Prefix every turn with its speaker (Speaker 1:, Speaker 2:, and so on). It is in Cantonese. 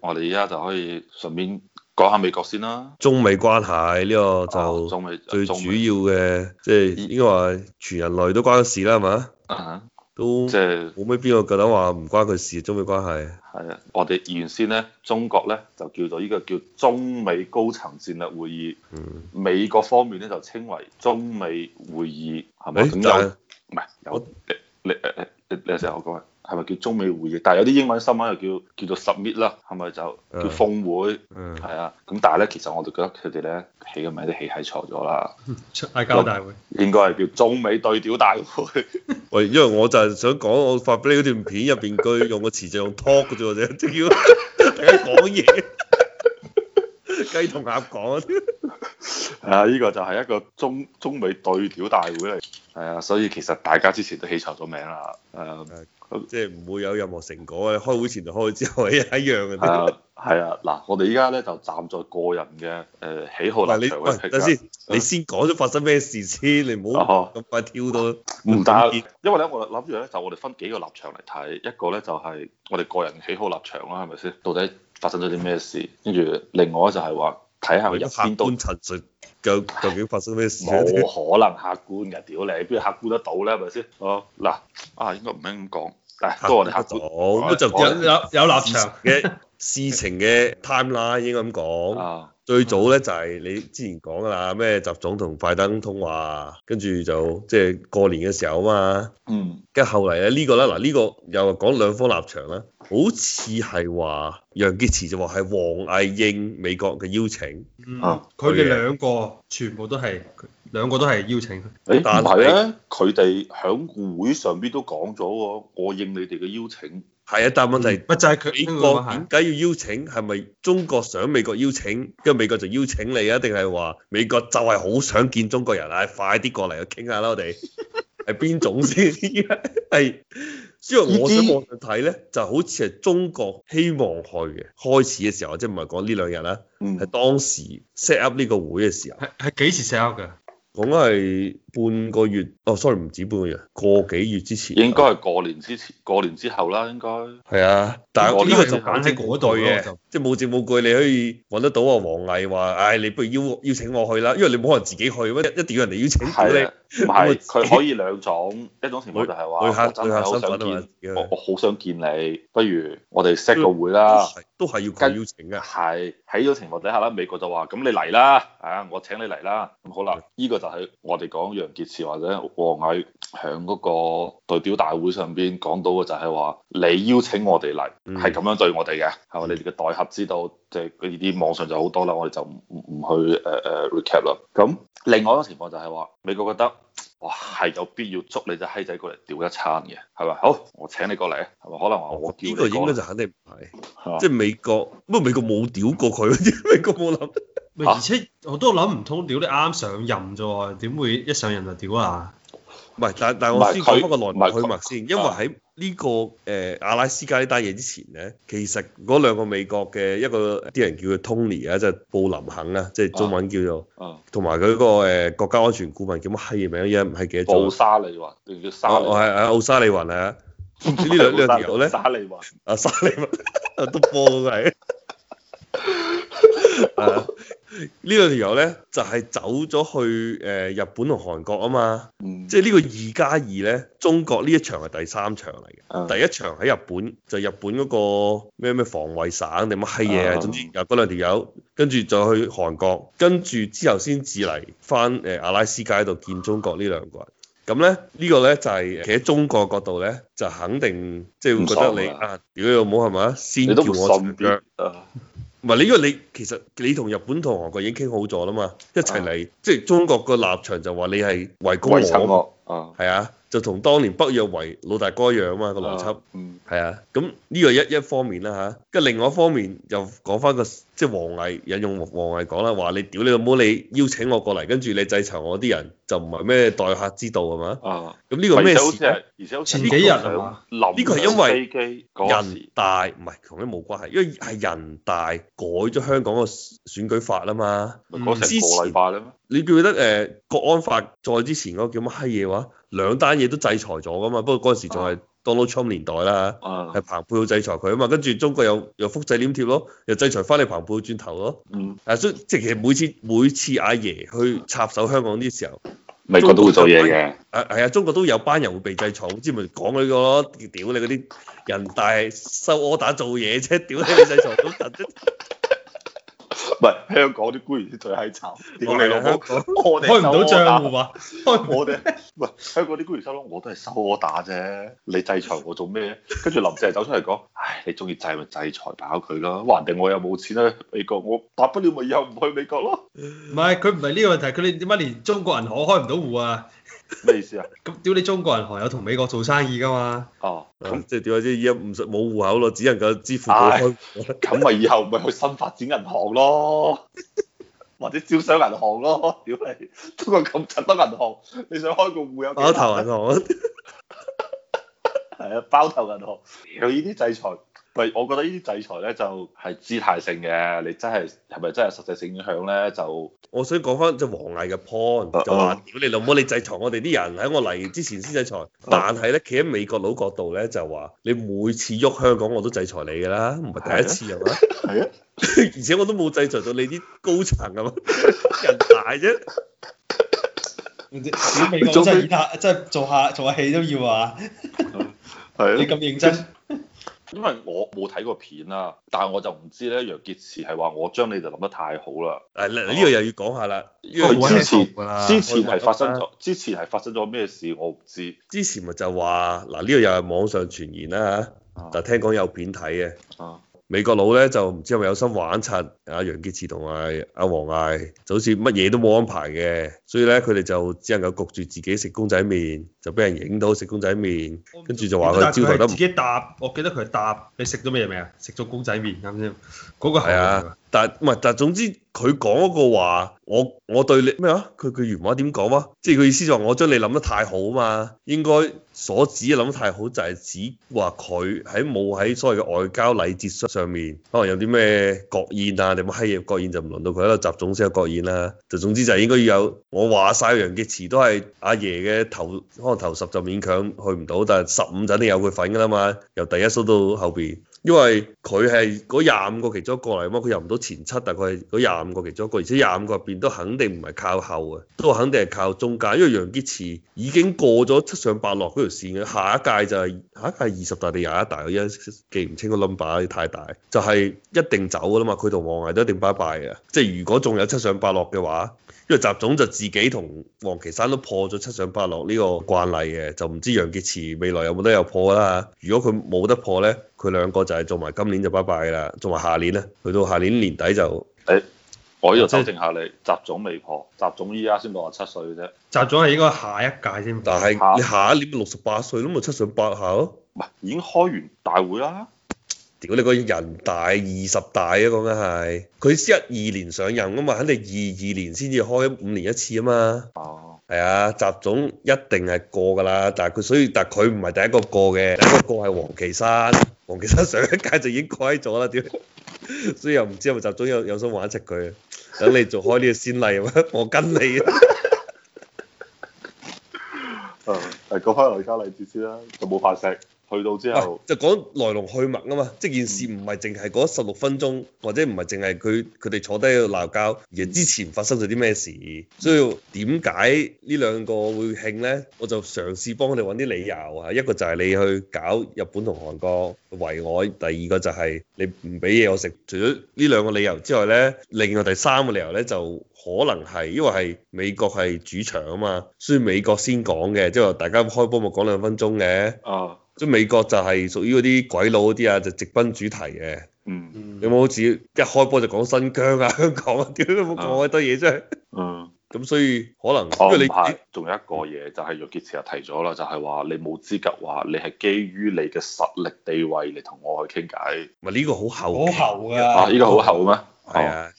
Speaker 1: 我哋而家就可以順便講下美國先啦。
Speaker 2: 中美關係呢、個
Speaker 1: 哦
Speaker 2: 就
Speaker 1: 中美
Speaker 2: 最主要
Speaker 1: 中美
Speaker 2: 嘅，即係應該話全人類都關佢事啦，係嘛？
Speaker 1: 啊
Speaker 2: 都
Speaker 1: 即係
Speaker 2: 冇咩邊個夠膽話唔關佢事，中美關係。
Speaker 1: 係啊！我哋原先咧，中國咧就叫做呢個叫中美高層戰略會議，
Speaker 2: 嗯，
Speaker 1: 美國方面咧就稱為中美會議，係咪？
Speaker 2: 誒、
Speaker 1: 咁有
Speaker 2: 但係
Speaker 1: 唔係有
Speaker 2: 我
Speaker 1: 你你誒你你成日我講係咪叫中美會議？但係有啲英文新聞又叫叫做 summit 啦，係咪就叫
Speaker 2: 嗯
Speaker 1: 峰會？
Speaker 2: 嗯
Speaker 1: 係啊，咁但係咧，其實我哋覺得佢哋咧起嘅名都起係錯咗啦，
Speaker 3: 出嗌交大會，
Speaker 1: 應該係叫中美對調大會。
Speaker 2: 喂，因為我就係想講，我發俾你嗰段片入邊，佢用個詞就用 talk 嘅啫 喎，即係叫大家講嘢， 雞同鴨講。啊
Speaker 1: 係啊，呢個就係一個中中美對調大會嚟。係啊，所以其實大家之前都起錯咗名啦。誒、
Speaker 2: 即係唔會有任何成果嘅。開會前同開會之後係一樣嘅
Speaker 1: 係
Speaker 2: 啫。
Speaker 1: 啊，係啊，嗱，我哋而家咧就站在個人嘅誒、喜好
Speaker 2: 嗱，
Speaker 1: 立
Speaker 2: 你
Speaker 1: 場
Speaker 2: 喂
Speaker 1: 去
Speaker 2: 等
Speaker 1: 評價。
Speaker 2: 先，你先講咗發生咩事先，你唔好咁快跳到。
Speaker 1: 哦唔但
Speaker 2: 點
Speaker 1: 因為咧，我諗住咧就我哋分幾個立場嚟睇，一個咧就係、我哋個人喜好立場啦，係咪先？到底發生咗啲咩事？跟住另外就係話睇下佢
Speaker 2: 客
Speaker 1: 入邊都
Speaker 2: 觀陳述究究竟發生咩事
Speaker 1: 冇啊
Speaker 2: 咧？
Speaker 1: 可能客觀嘅，屌你，邊客觀得到咧？係咪先？哦，嗱，啊，應該唔應咁講，但都我哋客
Speaker 2: 到，
Speaker 1: 觀。
Speaker 2: 咁就
Speaker 1: 我
Speaker 3: 有
Speaker 2: 講
Speaker 3: 有有立場，
Speaker 2: 嘅事情嘅 timeline 應該咁講。
Speaker 1: 啊，
Speaker 2: 最早咧就係你之前講噶啦，咩習總同拜登通話，跟住就即係過年嘅時候啊嘛。
Speaker 1: 嗯，
Speaker 2: 跟住後嚟咧呢個咧，嗱呢個又係講兩方立場啦，好似係話楊潔篪就話係王毅應美國嘅邀請，
Speaker 3: 嗯
Speaker 1: 啊
Speaker 3: 佢
Speaker 2: 佢
Speaker 3: 哋
Speaker 2: 嘅
Speaker 3: 兩個全部都係兩個都係邀請佢，
Speaker 1: 誒，唔
Speaker 2: 但
Speaker 1: 係咧，佢哋喺會上邊都講咗喎，我應你哋嘅邀請，
Speaker 2: 係啊，但問題
Speaker 3: 咪就係佢
Speaker 2: 美
Speaker 3: 應該
Speaker 2: 國
Speaker 3: 咁
Speaker 2: 點
Speaker 3: 係
Speaker 2: 解要邀請？係咪中國想美國邀請，跟住美國就邀請你啊？定係話美國就係好想見中國人啊？快啲過嚟去傾下啦，我哋係邊種先？係，所以我想
Speaker 1: 呢啲
Speaker 2: 網上睇咧，就好似係中國希望去嘅開始嘅時候，即係唔係講呢兩日啦，
Speaker 1: 嗯
Speaker 2: 係，當時 set up 呢個會嘅時候，
Speaker 3: 係係幾時 set up 㗎？
Speaker 2: 講緊係半個月，哦，sorry 唔止半個月，個幾月之前
Speaker 1: 應該係過年之前，
Speaker 2: 哦
Speaker 1: 過年之後啦，應該。
Speaker 2: 係啊，但
Speaker 1: 我呢
Speaker 2: 係呢
Speaker 1: 個
Speaker 2: 個
Speaker 1: 就
Speaker 2: 就
Speaker 3: 反喺嗰度
Speaker 2: 句
Speaker 3: 咯
Speaker 2: 嘅
Speaker 3: 就，
Speaker 2: 即係冇證冇據，你可以揾得到啊。王毅話：，唉，你不如邀邀請我去啦，因為你冇可能自己去，一一定要人哋邀請
Speaker 1: 係
Speaker 2: 你
Speaker 1: 啊，唔係佢可以兩種，一種情況就係話
Speaker 2: 旅
Speaker 1: 我
Speaker 2: 客
Speaker 1: 真
Speaker 2: 旅
Speaker 1: 係
Speaker 2: 客
Speaker 1: 好
Speaker 2: 身
Speaker 1: 想
Speaker 2: 份啊
Speaker 1: 見，
Speaker 2: 嘛自己去
Speaker 1: 我我好想見你，不如我哋 set 個會啦。
Speaker 2: 都係要佢邀請啊嘅。
Speaker 1: 係喺呢種情況底下啦，美國就話咁你嚟啦，啊我請你嚟啦，咁好啦，呢、個就係我哋講楊潔篪或者王毅響嗰個代表大會上邊講到嘅就係話，你邀請我哋嚟
Speaker 2: 嗯
Speaker 1: 係咁樣對我哋嘅，係咪？你哋嘅代合知道，即係呢啲網上就好多啦，我哋就唔唔唔去誒誒、呃 recap 啦。咁另外一個情況就係話，美國覺得。哇，係有必要捉你隻閪仔過嚟屌一餐嘅，係咪？好，我請你過嚟，係咪？可能話啊我叫你
Speaker 2: 哦呢個應
Speaker 1: 過
Speaker 2: 該
Speaker 1: 嚟
Speaker 2: 就肯定唔係，
Speaker 1: 係嘛
Speaker 2: 即係美國，不過美國冇屌過佢， 美國冇諗。
Speaker 3: 咪
Speaker 1: 嚇
Speaker 3: 而且我都諗唔通，屌你啱上任啫喎，點會一上任就屌啊？
Speaker 2: 唔係，但但
Speaker 1: 唔
Speaker 2: 我
Speaker 1: 係
Speaker 2: 先
Speaker 1: 佢
Speaker 2: 講翻個來龍
Speaker 1: 唔係
Speaker 2: 去
Speaker 1: 佢
Speaker 2: 脈先，因為喺呢、個誒、呃阿拉斯加呢單嘢之前咧，其實嗰兩個美國嘅一個啲人叫佢 Tony 啊，即係布林肯啊，即係中文叫做。
Speaker 1: 嗯
Speaker 2: 同埋佢嗰個誒國家安全顧問叫乜閪嘢名，依家唔係記得
Speaker 1: 布
Speaker 2: 咗。
Speaker 1: 沙利雲定叫沙利
Speaker 2: 我
Speaker 1: 雲？
Speaker 2: 係奧沙利雲 啊，哦呢兩呢兩條友咧，
Speaker 1: 沙利雲
Speaker 2: 啊沙利雲 都波嗰個 係。啊呢兩條友咧就係、走咗去誒、日本同韓國啊嘛，
Speaker 1: 嗯，
Speaker 2: 即係呢個二加二咧，中國呢一場係第三場嚟嘅。
Speaker 1: 係
Speaker 2: 第一場喺日本，就日本嗰個咩咩防衛省定乜閪嘢啊，
Speaker 1: 啊
Speaker 2: 總之有嗰兩條友，跟住就去韓國，跟住之後先至嚟翻誒阿拉斯加度見中國呢兩個人。咁咧呢個咧就係企喺中國角度咧，就肯定即係會覺
Speaker 1: 唔
Speaker 2: 得
Speaker 1: 爽
Speaker 2: 你
Speaker 1: 啊
Speaker 2: 啊，屌你老母係咪啊？先
Speaker 1: 你
Speaker 2: 叫
Speaker 1: 都唔
Speaker 2: 我
Speaker 1: 信
Speaker 2: 長腳
Speaker 1: 邊，啊？
Speaker 2: 唔係你因為你其實你同日本同韓國已經傾好咗啦嘛，一齊
Speaker 1: 啊
Speaker 2: 嚟，即係中國個立場就話你係圍攻
Speaker 1: 鬼襯
Speaker 2: 我，
Speaker 1: 我啊！
Speaker 2: 係啊，就同當年北約圍老大哥一樣啊嘛個邏輯。
Speaker 1: 嗯
Speaker 2: 係啊，咁呢個一一方面啦嚇，跟住另外一方面又講翻個即係王毅引用王毅講啦，話你屌你老母，你邀請我過嚟，跟住你制裁我啲人，就唔係咩待客之道係嘛？
Speaker 1: 啊，
Speaker 2: 咁呢個
Speaker 1: 而
Speaker 2: 咩
Speaker 1: 且好似
Speaker 2: 事
Speaker 1: 係
Speaker 2: 呢？
Speaker 1: 而且好似
Speaker 3: 前幾日啊嘛
Speaker 1: 臨
Speaker 2: 呢個係因為
Speaker 1: 飛機嗰
Speaker 2: 人
Speaker 1: 時
Speaker 2: 大唔係同你冇關係，因為係人大改咗香港個選舉法啦嘛。
Speaker 1: 咪嗰成
Speaker 2: 之前
Speaker 1: 個禮拜咧咩？
Speaker 2: 你記唔記得誒、呃、國安法再之前嗰個叫乜閪嘢話？兩單嘢都制裁咗噶嘛，不過嗰陣時仲係 Donald Trump 年代啦，
Speaker 1: 啊，
Speaker 2: 係彭佩奧制裁佢啊嘛，跟住中國又又複製黏貼咯，又制裁翻你彭佩奧轉頭咯。
Speaker 1: 嗯，
Speaker 2: 啊，所以即係其實每次每次阿爺去插手香港啲時候，
Speaker 1: 美國都會做嘢嘅，
Speaker 2: 啊係啊，中國都有班人會被制裁，我之前咪講佢個咯，屌你嗰啲人大收 order 做嘢啫， 屌你你制裁到人啫。
Speaker 1: 唔係香港啲官員先最閪慘， 屌你老母
Speaker 2: 係啊香，
Speaker 1: 我哋
Speaker 3: 開唔到
Speaker 1: 收 order
Speaker 3: 賬户啊！開唔
Speaker 1: 我哋唔係香港啲官員心諗，我都係收柯打啫，你制裁我做咩？跟住林鄭走出嚟講，唉，你中意制咪制裁飽佢咯，話唔定我又冇錢咧，美國我大不了咪以後唔去美國咯，
Speaker 3: 唔係佢唔係呢個問題，佢哋點解連中國銀行開唔到户啊？
Speaker 1: 咩意思啊？
Speaker 3: 咁屌你中國銀行有同美國做生意㗎嘛？
Speaker 1: 哦，咁
Speaker 2: 咁即係 點啊？即係依家唔冇户口咯，只能夠支付寶
Speaker 1: 唉
Speaker 2: 開。
Speaker 1: 咁咪以後咪去新發展銀行咯， 或者招商銀行咯，屌你，中國咁柒多銀行，你想開個户有幾
Speaker 2: 包
Speaker 1: 難
Speaker 2: 頭銀行，
Speaker 1: 係啊，包頭銀行。屌，呢啲制裁，喂，我覺得呢啲制裁咧就係姿態性嘅，你真係係咪真係有實際性影響咧？就
Speaker 2: 我想講翻即係王毅嘅
Speaker 1: 啊
Speaker 2: point，就話屌你老母，你制裁我哋啲人喺我嚟之前先制
Speaker 1: 啊
Speaker 2: 裁，但係咧企喺美國佬角度咧就話，你每次喐香港我都制裁你㗎啦，唔
Speaker 1: 啊
Speaker 2: 係第一次 係嘛？
Speaker 1: 係啊，
Speaker 2: 而且我都冇制裁到你啲高層係嘛？人大啫，
Speaker 3: 屌美
Speaker 1: 國真係以
Speaker 3: 下，真係做下做下戲都要啊！
Speaker 1: 係啊。
Speaker 3: 認
Speaker 1: 真，因為我冇睇過片啦，但係我就唔知咧。楊潔篪係話我將你哋諗得太好啦。
Speaker 2: 誒啊呢個又要講下啦，因
Speaker 1: 佢
Speaker 2: 為
Speaker 1: 哦之前
Speaker 3: 好
Speaker 1: 之前係
Speaker 3: 閪後㗎
Speaker 1: 發生
Speaker 2: 啊我
Speaker 1: 咗，之前係發生咗咩事我唔知。
Speaker 2: 之前咪就話嗱呢個又係網上傳言啦嚇，但係聽講有片睇嘅。
Speaker 1: 啊
Speaker 2: 美國佬咧就唔知係咪有心玩柒阿楊潔篪同埋阿王毅，就好似乜嘢都冇安排嘅，所以咧佢哋就只能夠焗住自己食公仔麵，就俾人影到食公仔麵，跟住就話佢招待得
Speaker 3: 自
Speaker 2: 唔
Speaker 3: 己答，我記得佢係答你食咗咩未啊？食咗公仔麵啱先，嗰個
Speaker 2: 係
Speaker 3: 係
Speaker 2: 啊，但唔係，但總之佢講嗰個話，我我對你咩啊？佢佢原話點講啊？即係佢意思就話我將你諗得太好啊嘛，應該所指嘅諗得太好就係指話佢喺冇喺所謂嘅外交禮節上面，可能有啲咩國宴啊定乜閪嘢國宴就唔輪到佢喺度習總先有國宴啦。就總之就係應該要有我話晒楊潔篪都係阿爺嘅頭，可能頭十就勉強去唔到，但係十五就一定有佢份㗎啦嘛，由第一數到後邊。因為佢係嗰廿五個其中一個嚟嘛，佢入唔到前七，但佢係嗰廿五個其中一個，而且廿五個入邊都肯定唔係靠後嘅，都肯定係靠中間。因為楊潔篪已經過咗七上八落嗰條線嘅，下一屆就係、下一屆二十大定廿一大，我而家記唔清個 number 太大，就係、一定走㗎啦嘛。佢同王毅都一定拜拜嘅，即係如果仲有七上八落嘅話。因為習總就自己同王岐山都破咗七上八落呢個慣例嘅，就唔知楊潔篪未來有冇得有破啦。如果佢冇得破咧，佢兩個就係做埋今年就拜拜啦，做埋下年咧，去到下年年底就
Speaker 1: 我呢度修正下你，習總未破，習總依家先六十七歲嘅啫。
Speaker 3: 習總係應該下一屆先。
Speaker 2: 但
Speaker 1: 嚇
Speaker 2: 係你下一年六十八歲都咪啊七上八下咯。
Speaker 1: 唔係已經開完大會啦，
Speaker 2: 屌你個人大二十大啊，講緊係佢一二年上任噶嘛，肯定二二年先至開五年一次啊嘛。
Speaker 1: 哦，
Speaker 2: 係啊，習總一定係過㗎啦，但係佢所以但係佢唔係第一個過嘅，第一個過係黃岐山， 黃岐山上一屆就已經過閪咗啦，屌！所以又唔知係咪習總有有心玩柒佢，等你做開呢個先例 啊，我跟你啊！
Speaker 1: 誒，啊誒講翻外交禮節先啦，就冇飯食，去到之後
Speaker 2: 喂，就講來龍去脈啊嘛，即係件事唔係淨係嗰十六分鐘，或者唔係淨係佢佢哋坐低喺度鬧交，而係之前發生咗啲咩事，所以點解呢兩個會興呢？我就嘗試幫佢哋揾啲理由啊，一個就係你去搞日本同韓國圍我，第二個就係你唔俾嘢我食。除咗呢兩個理由之外呢，另外第三個理由呢就。可能係因為係美國係主場啊嘛，所以美國先講嘅，即係話大家開波咪講兩分鐘嘅，
Speaker 1: 啊，
Speaker 2: 即係美國就係屬於嗰啲鬼佬嗰啲啊，就直奔主題嘅。
Speaker 1: 嗯
Speaker 2: 你冇好似一開波就講新疆啊、 香港啊，屌你冇講咁多嘢啫。
Speaker 1: 嗯，
Speaker 2: 咁所以可能
Speaker 1: 哦
Speaker 2: 因為
Speaker 1: 唔
Speaker 2: 你
Speaker 1: 係，仲有一個嘢就係楊潔篪又提咗啦，就係話你冇資格話你係基於你嘅實力地位嚟同我去傾偈，
Speaker 2: 唔係呢個好後期
Speaker 3: 好後
Speaker 1: 啊，
Speaker 3: 㗎，
Speaker 1: 依個好厚咩？
Speaker 2: 係啊，